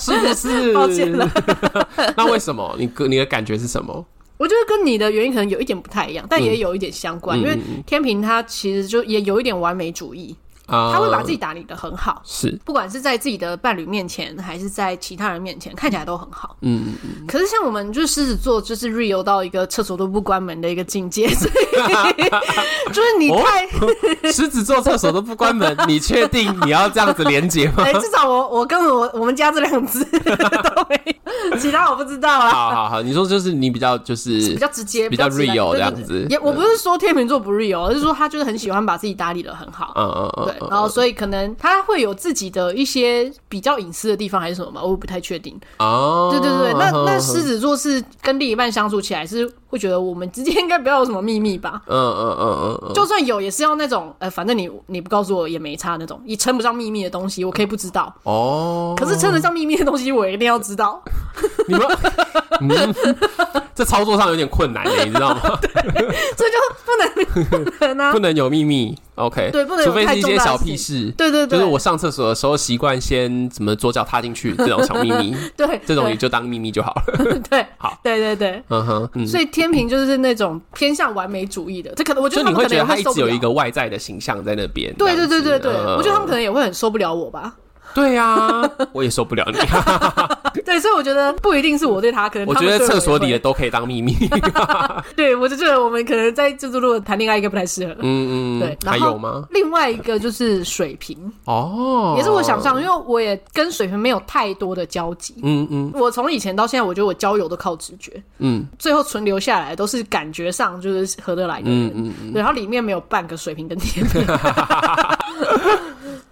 S1: 是不是？
S2: 抱歉了
S1: 那为什么？你个你的感觉是什么？
S2: 我觉得跟你的原因可能有一点不太一样，但也有一点相关，
S1: 嗯嗯
S2: 因为天平他其实就也有一点完美主义，
S1: 啊
S2: 他会把自己打理的很好。
S1: 是
S2: 不管是在自己的伴侣面前，还是在其他人面前，看起来都很好。
S1: 嗯，
S2: 可是像我们就是狮子座，就是 real 到一个厕所都不关门的一个境界，所以 就是你太、
S1: 哦狮子座厕所都不关 门，你确定你要这样子连接吗
S2: 哎、？至少我我跟我我们家这两个字 都没有，其他我不知道啊啦。
S1: 好好好，你说就是你比较就
S2: 比
S1: 是
S2: 较直接，
S1: 比较
S2: 直白
S1: real 这
S2: 对对
S1: 样
S2: 对
S1: 子嗯
S2: 也我不是说天秤座不 real，而是说他就是很喜欢把自己打理的很好。
S1: 嗯嗯嗯
S2: 对，
S1: 嗯，
S2: 然后所以可能他会有自己的一些比较隐私的地方还是什么吧，我也不太确定。
S1: 哦，
S2: 对对对，那那狮
S1: 是
S2: 子座是跟另一半相处起来是会觉得我们之间应该不要有什么秘密吧？
S1: 嗯嗯嗯嗯嗯，
S2: 就算有，也是要那种呃，反正你你不告诉我也没差那种，也称不上秘密的东西，我可以不知道。
S1: 哦，
S2: 可是称得上秘密的东西，我一定要知道。
S1: 你们 嗯 这操作上有点困难的，你知道 吗？
S2: 这就不能不能啊
S1: 不！能有秘密，OK，
S2: 对不能有
S1: 除非
S2: 太
S1: 是一
S2: 重
S1: 些
S2: 大的
S1: 小
S2: 事
S1: 屁事。
S2: 对对对，
S1: 就是我上厕所的时候习惯先怎么左脚踏进去这种小秘密，
S2: 对
S1: 这种
S2: 对
S1: 你就当秘密就好了。
S2: 对，
S1: 好，
S2: 对对对，
S1: 嗯哼，嗯，
S2: 所以天平就是那种偏向完美主义的，这可能我觉
S1: 就
S2: 得他
S1: 你
S2: 们
S1: 会
S2: 可
S1: 觉
S2: 能也
S1: 得他
S2: 会
S1: 一
S2: 受
S1: 直
S2: 不
S1: 有一
S2: 了。
S1: 个外在的形象在那边。
S2: 对
S1: 这
S2: 对
S1: 样
S2: 对
S1: 子
S2: 对对，
S1: 嗯
S2: 我觉得他们可能也会很受不了我吧。
S1: 对啊， 我也受不了你。啊
S2: 对，所以我觉得不一定是我 对他，可能
S1: 我
S2: 他
S1: 觉
S2: 们
S1: 得
S2: 对
S1: 厕所
S2: 也会
S1: 里的，都可以当秘 密。
S2: 对我就觉得我们可能在制作路谈恋爱应该不太适合。
S1: 嗯
S2: 对
S1: 嗯，，
S2: 然
S1: 还
S2: 后
S1: 有吗？
S2: 另外一个就是水瓶，
S1: 哦，
S2: 也是我想象，因为我也跟水瓶没有太多的交集。
S1: 嗯嗯
S2: 我从以前到现在，我觉得我交友都靠直觉，
S1: 嗯
S2: 最后存留下来都是感觉上就是合得来的
S1: 嗯
S2: 人。
S1: 嗯
S2: 对，然后里面没有半个水瓶跟天平。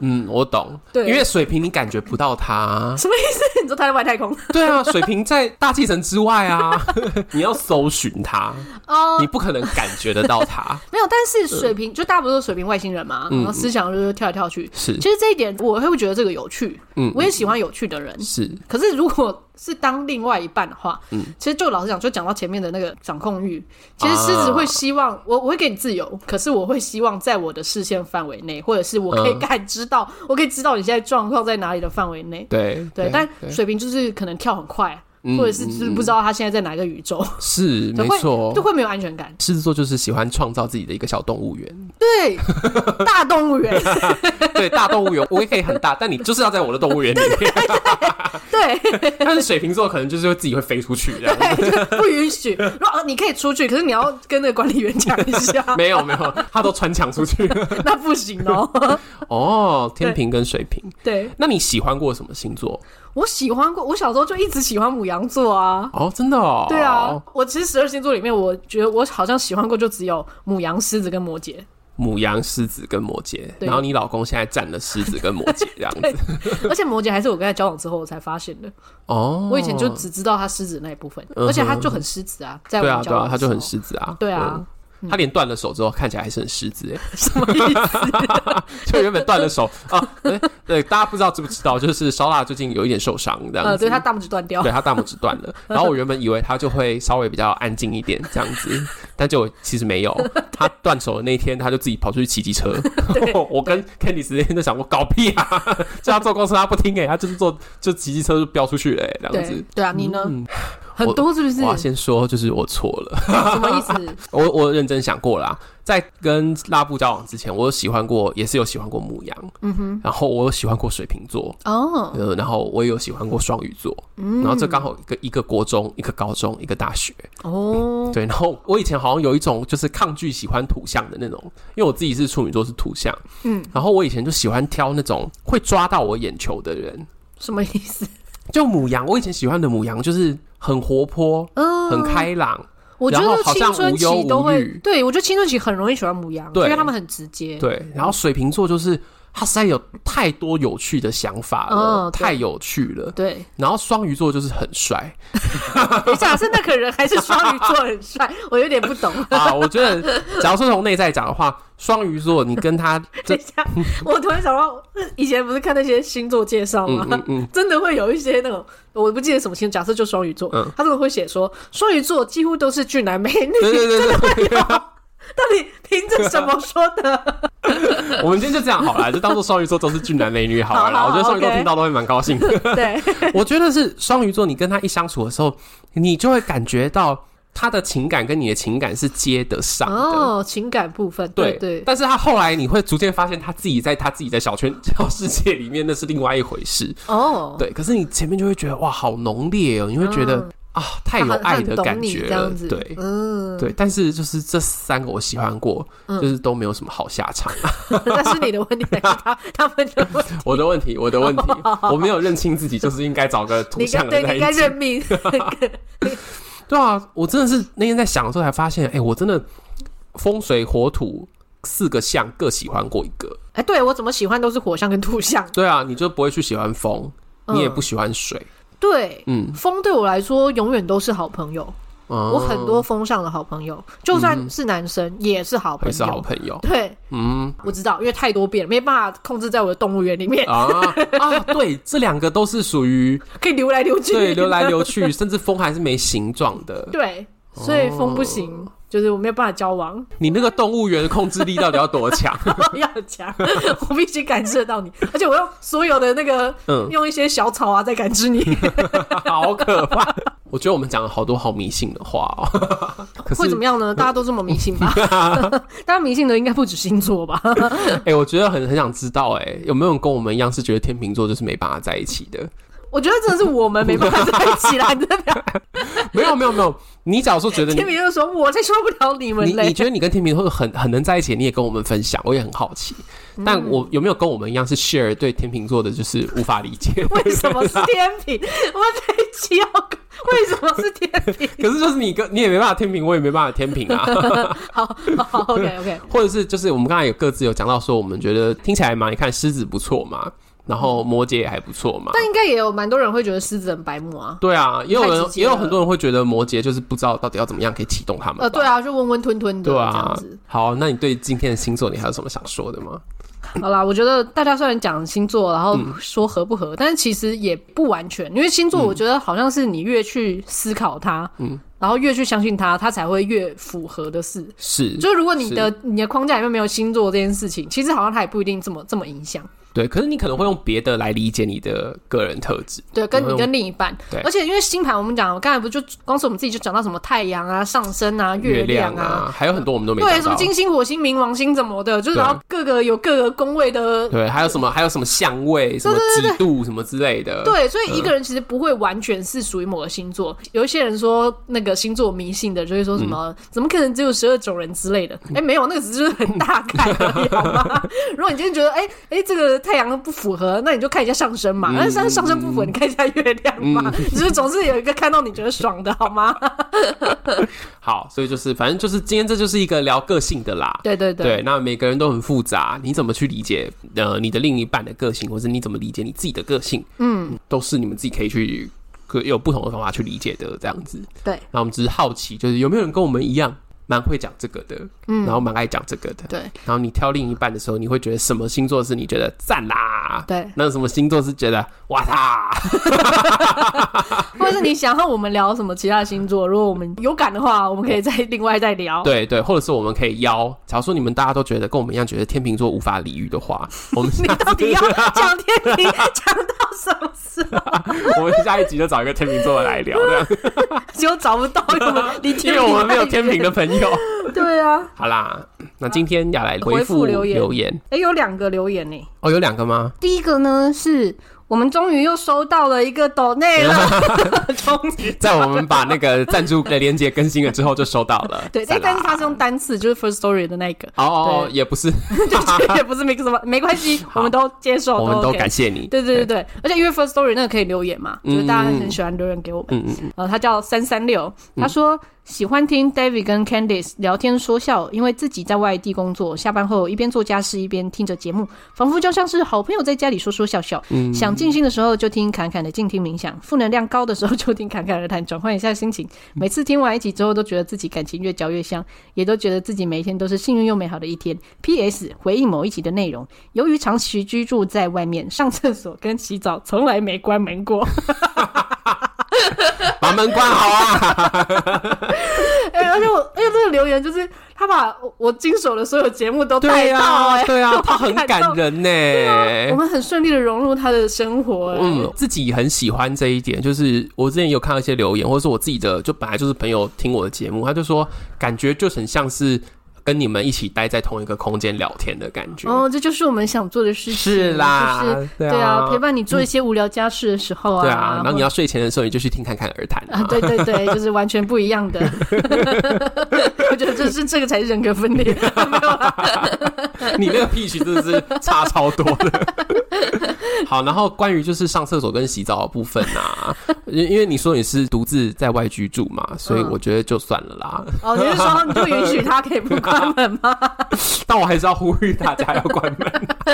S1: 嗯，我懂。
S2: 对
S1: 因为水瓶你感觉不到他。
S2: 什么意思？你说他在外太空？
S1: 对 啊，水瓶在大气层之外啊，你要搜寻他，
S2: 哦、
S1: 你不可能感觉得到 他。
S2: 没有，但是水
S1: 嗯
S2: 瓶、就大家不是说水瓶外星人嘛，然后思想就是跳来跳去。
S1: 是
S2: 其实这一点我会觉得这个有趣，
S1: 嗯
S2: 我也喜欢有趣的人。
S1: 是，
S2: 可是如果是当另外一半的话，嗯，其实就老实讲，就讲到前面的那个掌控欲，其实狮子会希望、
S1: 啊
S2: 我我会给你自由，可是我会希望在我的视线范围内，或者是我可以
S1: 嗯
S2: 感知到，我可以知道你现在状况在哪里的范围内。
S1: 对
S2: 对，但水瓶就是可能跳很快，
S1: 嗯哦
S2: 或者是就是不知道他现在在哪一个宇宙，
S1: 是
S2: 就
S1: 没
S2: 会
S1: 错
S2: 就。会没有安全感。
S1: 狮子座就是喜欢创造自己的一个小动物园，
S2: 对，大动物园，
S1: 对大动物园，我也可以很大，但你就是要在我的动物园里 面。
S2: 对，
S1: 但是水瓶座可能就是会自己会飞出去这 样。
S2: 不允许。如果哦你可以出去，可是你要跟那个管理员讲一下，
S1: 没有没有，他都穿墙出 去。
S2: 那不行哦。
S1: 哦，天平跟水瓶，
S2: 对
S1: 那你喜欢过什么星座？
S2: 我喜欢过，我小时候就一直喜欢母羊座啊。
S1: 哦，真的哦。
S2: 对啊，，我其实十二星座里面，我觉得我好像喜欢过就只有母羊、狮子跟摩羯。
S1: 母羊、狮子跟摩羯，
S2: 对
S1: 然后你老公现在占了狮子跟摩羯这样
S2: 对
S1: 子。
S2: 而且摩羯还是我跟他交往之后我才发现的，
S1: 哦，
S2: 我以前就只知道他狮子那一部分，
S1: 嗯哼
S2: 而且他就很狮子啊，在我
S1: 对啊
S2: 们交
S1: 对啊，
S2: 往
S1: 他
S2: 的时
S1: 就
S2: 候
S1: 很狮子啊。
S2: 对啊，
S1: 嗯。他连断了手之后，看起来还是很狮子哎，
S2: 什么意思？
S1: 就原本断了手啊，哎对，大家不知道知不知道，就是烧腊最近有一点受伤这样
S2: 呃，
S1: 子，
S2: 对他大拇指断掉
S1: 对，他大拇指断了，然后我原本以为他就会稍微比较安静一点这样子，但就其实没有，他断手的那一天，他就自己跑出去骑机车。 我跟 Candy 之间就想过搞屁啊，叫他坐公车他不听哎、他就是坐就骑机车就飙出去了、欸、这样
S2: 对
S1: 子。
S2: 对啊，你呢？
S1: 嗯，
S2: 很多是不是
S1: 我？要先说，就是我错了，
S2: 什么意思？
S1: 我我认真想过啦，在跟拉布交往之前，我有喜欢过，也是有喜欢过牧羊，嗯哼，然后我有喜欢过水瓶座，
S2: 哦，
S1: 呃，然后我也有喜欢过双鱼座，然后这刚好一个一个国中，一个高中，一个大学，
S2: 哦，
S1: 对，然后我以前好像有一种就是抗拒喜欢土象的那种，因为我自己是处女座是土象，
S2: 嗯，
S1: 然后我以前就喜欢挑那种会抓到我眼球的人，
S2: 什么意思？
S1: 就母羊，我以前喜欢的母羊就是很活泼、
S2: 嗯，
S1: 很开朗，
S2: 我觉
S1: 然后
S2: 得
S1: 好像
S2: 青春
S1: 无忧
S2: 期
S1: 无
S2: 都会
S1: 虑，
S2: 对我觉得青春期很容易喜欢母羊，
S1: 对
S2: 因为他们很直接。
S1: 对，然后水瓶座就是他实在有太多有趣的想法了，
S2: 嗯对
S1: 太有趣了，
S2: 对，
S1: 然后双鱼座就是很帅，
S2: 你假设那个人还是双鱼座很帅，我有点不懂。
S1: 啊，我觉得， 假如说从内在讲的话，双鱼座你跟他
S2: 等
S1: 这
S2: 一，下，我突然想到，以前不是看那些星座介绍
S1: 嗯
S2: 吗？
S1: 嗯嗯，
S2: 真的会有一些那种，我不记得什么星座，假设就双鱼座，
S1: 嗯
S2: 他真的会写说双鱼座几乎都是俊男美女，
S1: 对对对对，
S2: 到底凭着什么说的？
S1: 我们今天就这样好了，就当做双鱼座都是俊男美女好了 啦。
S2: 好好
S1: 我觉得双鱼座
S2: 哦 OK
S1: 听到都会蛮高 兴的。
S2: 对，
S1: 我觉得是双鱼座，你跟他一相处的时候，你就会感觉到他的情感跟你的情感是接得上的。
S2: 哦，情感部分，
S1: 对
S2: 对，
S1: 但是他后来你会逐渐发现他自己在他自己的小圈小世界里面，那是另外一回事。
S2: 哦，
S1: 对，可是你前面就会觉得哇，好浓烈哦，你会觉得、
S2: 嗯
S1: 啊，太有
S2: 他很
S1: 爱的
S2: 他很懂
S1: 感
S2: 你
S1: 觉
S2: 这
S1: 了
S2: 样子，。
S1: 对，
S2: 嗯，
S1: 对，但是就是这三个我喜欢过，
S2: 嗯
S1: 就是都没有什么好下场。
S2: 那是你的问题还是他他们的问题？
S1: 我的问题，我的问 题，我没有认清自己，就是应该找个
S2: 你
S1: 图
S2: 应该
S1: 像
S2: 对，
S1: 的在
S2: 你应
S1: 一
S2: 该
S1: 起
S2: 认。命。
S1: 对啊，我真的是那天在想的时候才发现，哎、我真的风水火土四个象各喜欢过一个。
S2: 哎，对我怎么喜欢都是火象跟土象，
S1: 对啊，你就不会去喜欢风，你也
S2: 嗯
S1: 不喜欢水。
S2: 对。
S1: 嗯，
S2: 风对我来说永远都是好朋友，我
S1: 我
S2: 很多风上的好朋友，就算是男生也是好
S1: 嗯
S2: 朋
S1: 会是好
S2: 友。
S1: 朋友。
S2: 对，
S1: 嗯
S2: 我知道，因为太多变了，没办法控制在我的动物园里面，
S1: 啊啊，对，这两个都是属 于
S2: 可以流来流去。
S1: 对流来流 哦去，甚至风还是没形状的。
S2: 对，所以风不行，就是我没有办法交往，
S1: 你那个动物园的控制力到底要多强？
S2: 我要讲，我必须感知得到你，而且我用所有的那个
S1: 嗯，
S2: 用一些小草啊在感 知你，
S1: 好可怕！我觉得我们讲了好多好迷信的话哦。 可
S2: 会怎
S1: 是呃
S2: 么，样呢？大家都这么迷信吧？ 大家迷信的应该不止星座吧？
S1: 哎、我觉得很很想知道、哎，有没有人跟我们一样是觉得天秤座就是没办法在一起 的？
S2: 我觉得真的是我们没办法在一起啦，你真的
S1: 没有，没有，没有。你假如说觉得你
S2: 天。明就说我才受不了你们
S1: 你
S2: 嘞
S1: 你。觉得你跟天秤座很很能在一起，你也跟我们分享，我也很好奇。但
S2: 嗯
S1: 我有没有跟我们一样是 share 对天秤座的就是无法理解？
S2: 为什么是天平？ 我们在一起要搞为什么是天平？
S1: 可是就是你跟你也没办法天平，我也没办法天平啊。
S2: 好好，OK OK，
S1: 或者是就是我们刚才有各自有讲到说，我们觉得听起来嘛，你看狮子不错嘛，然后摩羯也还不错嘛。
S2: 但应该也有蛮多人会觉得狮子很白目啊。
S1: 对啊，也有
S2: 太
S1: 人
S2: 直接
S1: 也有
S2: 了
S1: 很多人会觉得摩羯就是不知道到底要怎么样可以启动他们吧。
S2: 呃，对啊，就温温吞吞的
S1: 对
S2: 这
S1: 啊
S2: 样子。，
S1: 好，那你对今天的星座你还有什么想说的吗？
S2: 好啦，我觉得大家虽然讲星座，然
S1: 嗯
S2: 后说合不合，但是其实也不完全，因为星座我觉得好像是你越去思考它，嗯，然后越去相信它，它才会越符合的事。
S1: 嗯是，
S2: 就是如果你的你的框架里面没有星座这件事情，其实好像它也不一定这么这么影响。
S1: 对，可是你可能会用别的来理解你的个人特质。
S2: 对，跟
S1: 会
S2: 你
S1: 用
S2: 跟另一半，
S1: 对
S2: 而且因为星盘，我们讲，我刚才不就光是我们自己就讲到什么太阳啊、上升啊、
S1: 月
S2: 亮
S1: 啊，还有很多我们都没
S2: 对，
S1: 讲
S2: 什么
S1: 到。
S2: 金星、火星、冥王星怎么的，就是
S1: 对啊
S2: 然后各个有各个宫位的。
S1: 对，还有什么？还有什么相位、什么几度、什么之类的。
S2: 对，所以一个人其实不会完全是属于某个星座。有一些人说那个星座迷信的，就会说什么、怎么可能只有十二种人之类的？哎、没有，那个只是很大概而已，好吗？ 如果你今天觉得哎哎、这个太阳不符合，那你就看一下上升嘛。那、上上升不符合，你看一下月亮嘛。就是总是有一个看到你觉得爽的，好吗？
S1: 好，所以就是反正就是今天这就是一个聊个性的啦。
S2: 对对对，
S1: 对，那每个人都很复杂，你怎么去理解呃你的另一半的个性，或是你怎么理解你自己的个性，嗯，都是你们自己可以去可有不同的方法去理解的这样子。
S2: 对
S1: 那我们只是好奇，就是有没有人跟我们一样，蛮会讲这个的，嗯，然后蛮爱讲这个的，
S2: 对
S1: 然后你挑另一半的时候，你会觉得什么星座是你觉得赞啦？
S2: 对
S1: 那什么星座是觉得哇啦？
S2: 或者是你想要我们聊什么其他星座，如果我们有感的话，我们可以再另外再聊。
S1: 对对，或者是我们可以邀，假如说你们大家都觉得跟我们一样觉得天秤座无法理喻的话， 我们
S2: 你到底要讲天平讲到什么时候？
S1: 我们下一集就找一个天秤座的来聊，这 样
S2: 结果找不到我们 离
S1: 因
S2: 天
S1: 为
S2: 平
S1: 我们没有
S2: 太远
S1: 天秤的。朋友。
S2: 对啊，
S1: 好啦，那今天要来
S2: 回复
S1: 复
S2: 留言
S1: 留言
S2: 哎、有两个留言呢。
S1: 哦，有两个 吗？
S2: 第一个呢是。我们终于又收到了一个抖 内了，终于，
S1: 在我们把那个赞助的链接更新了之后就收到了 啊
S2: 对，
S1: 赞
S2: 但
S1: 啦
S2: 但是它是用单次，就是 first story 的那个，
S1: 哦哦，哦
S2: 对
S1: 也不是，
S2: 就是也不是没什么，没关系，我们都接受，
S1: 我们都
S2: 哦 OK
S1: 感谢你。
S2: 对对对对，而且因为 First Story 那个可以留言嘛，就是大家很喜欢留言给我们。
S1: 嗯嗯嗯，
S2: 呃，他叫三三六，他说喜欢听 David 跟 Candice 聊天说笑，因为自己在外地工作，下班后一边做家事一边听着节目，仿佛就像是好朋友在家里说说笑笑。
S1: 嗯
S2: 想静心的时候就听侃侃的静听冥想，负能量高的时候就听侃侃而谈，转换一下心情。
S1: 嗯
S2: 每次听完一集之后，都觉得自己感情越嚼越香，也都觉得自己每一天都是幸运又美好的一天。P.S. 回应某一集的内容，由于长期居住在外面，上厕所跟洗澡从来没关门过。
S1: 把门关好 啊！
S2: 哎、而且我，而且这个留言就是他把我我经手的所有节目都带到、哎、
S1: 对
S2: 我
S1: 啊
S2: 好，
S1: 他很
S2: 感
S1: 感
S2: 动。啊
S1: 人
S2: 我
S1: 呢。
S2: 们很顺利的融入他的生活、哎
S1: 嗯，自己很喜欢这一点，就是我之前有看到一些留言，或者是我自己的，就本来就是朋友听我的节目，他就说感觉就很像是跟你们一起待在同一个空间聊天的感觉。
S2: 哦，这就是我们想做的事情，
S1: 是啦，
S2: 就是
S1: 对嗯
S2: 对啊，陪伴你做一些无聊家事的时候啊，
S1: 对啊，然后你
S2: 要
S1: 要睡前的时候，你就去听侃侃而谈
S2: 啊，对对对，就是完全不一样的。 我觉得这是这个才是人格分 裂，没有啦。
S1: 你那个 pitch 真的是差超多的。 好，然后关于就是上厕所跟洗澡的部分啊，因因为你说你是独自在外居住嘛，所以
S2: 嗯
S1: 我觉得就算了啦。
S2: 哦，你是说你就允许他可以不关门吗？
S1: 但我还是要呼吁大家要关门。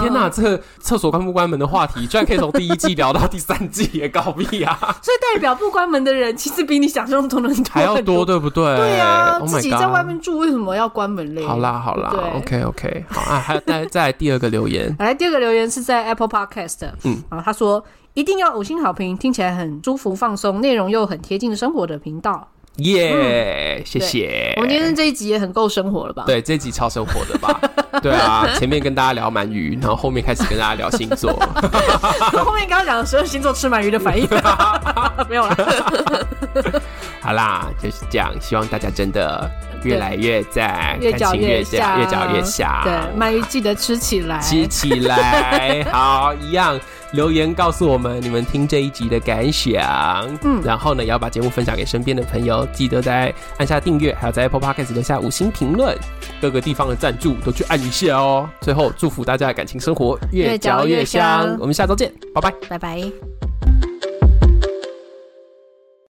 S1: 天哪，这厕所关不关门的话题，居然可以从第一季聊到第三季，也高屁啊，
S2: 所以代表不关门的人，其实比你想象中的人多
S1: 还要
S2: 很
S1: 多，对不对？
S2: 对啊，
S1: Oh my
S2: 自己在
S1: God
S2: 外。面住为什么要关门嘞？
S1: 好，啦好啦
S2: 对
S1: ，OK OK，好啊，还有再再来第二个留言，
S2: 来第二个留言是在 Apple Podcast，嗯，啊，他说一定要五星好评，听起来很舒服放松，内容又很贴近生活的频道。
S1: 耶、谢谢。
S2: 我们今天这一集也很够生活了吧？，
S1: 对，这集超生活的 吧？对啊，前面跟大家聊鳗鱼，然后后面开始跟大家聊星座。
S2: 后面刚刚讲的十二星座吃鳗鱼的反应， 没有 啦。
S1: 好啦，就是这样，希望大家真的越来越赞，
S2: 越
S1: 感
S2: 嚼
S1: 情越
S2: 香，
S1: 越嚼越香。
S2: 对，鳗鱼记得吃起来。
S1: 吃起来好，一样留言告诉我们你们听这一集的感想。嗯，然后呢，也要把节目分享给身边的朋友，记得在按下订阅，还有在 Apple Podcast 留下五星评论，各个地方的赞助都去按一下哦。最后，祝福大家的感情生活
S2: 越嚼越香
S1: 我们下周见，拜拜。
S2: 拜拜。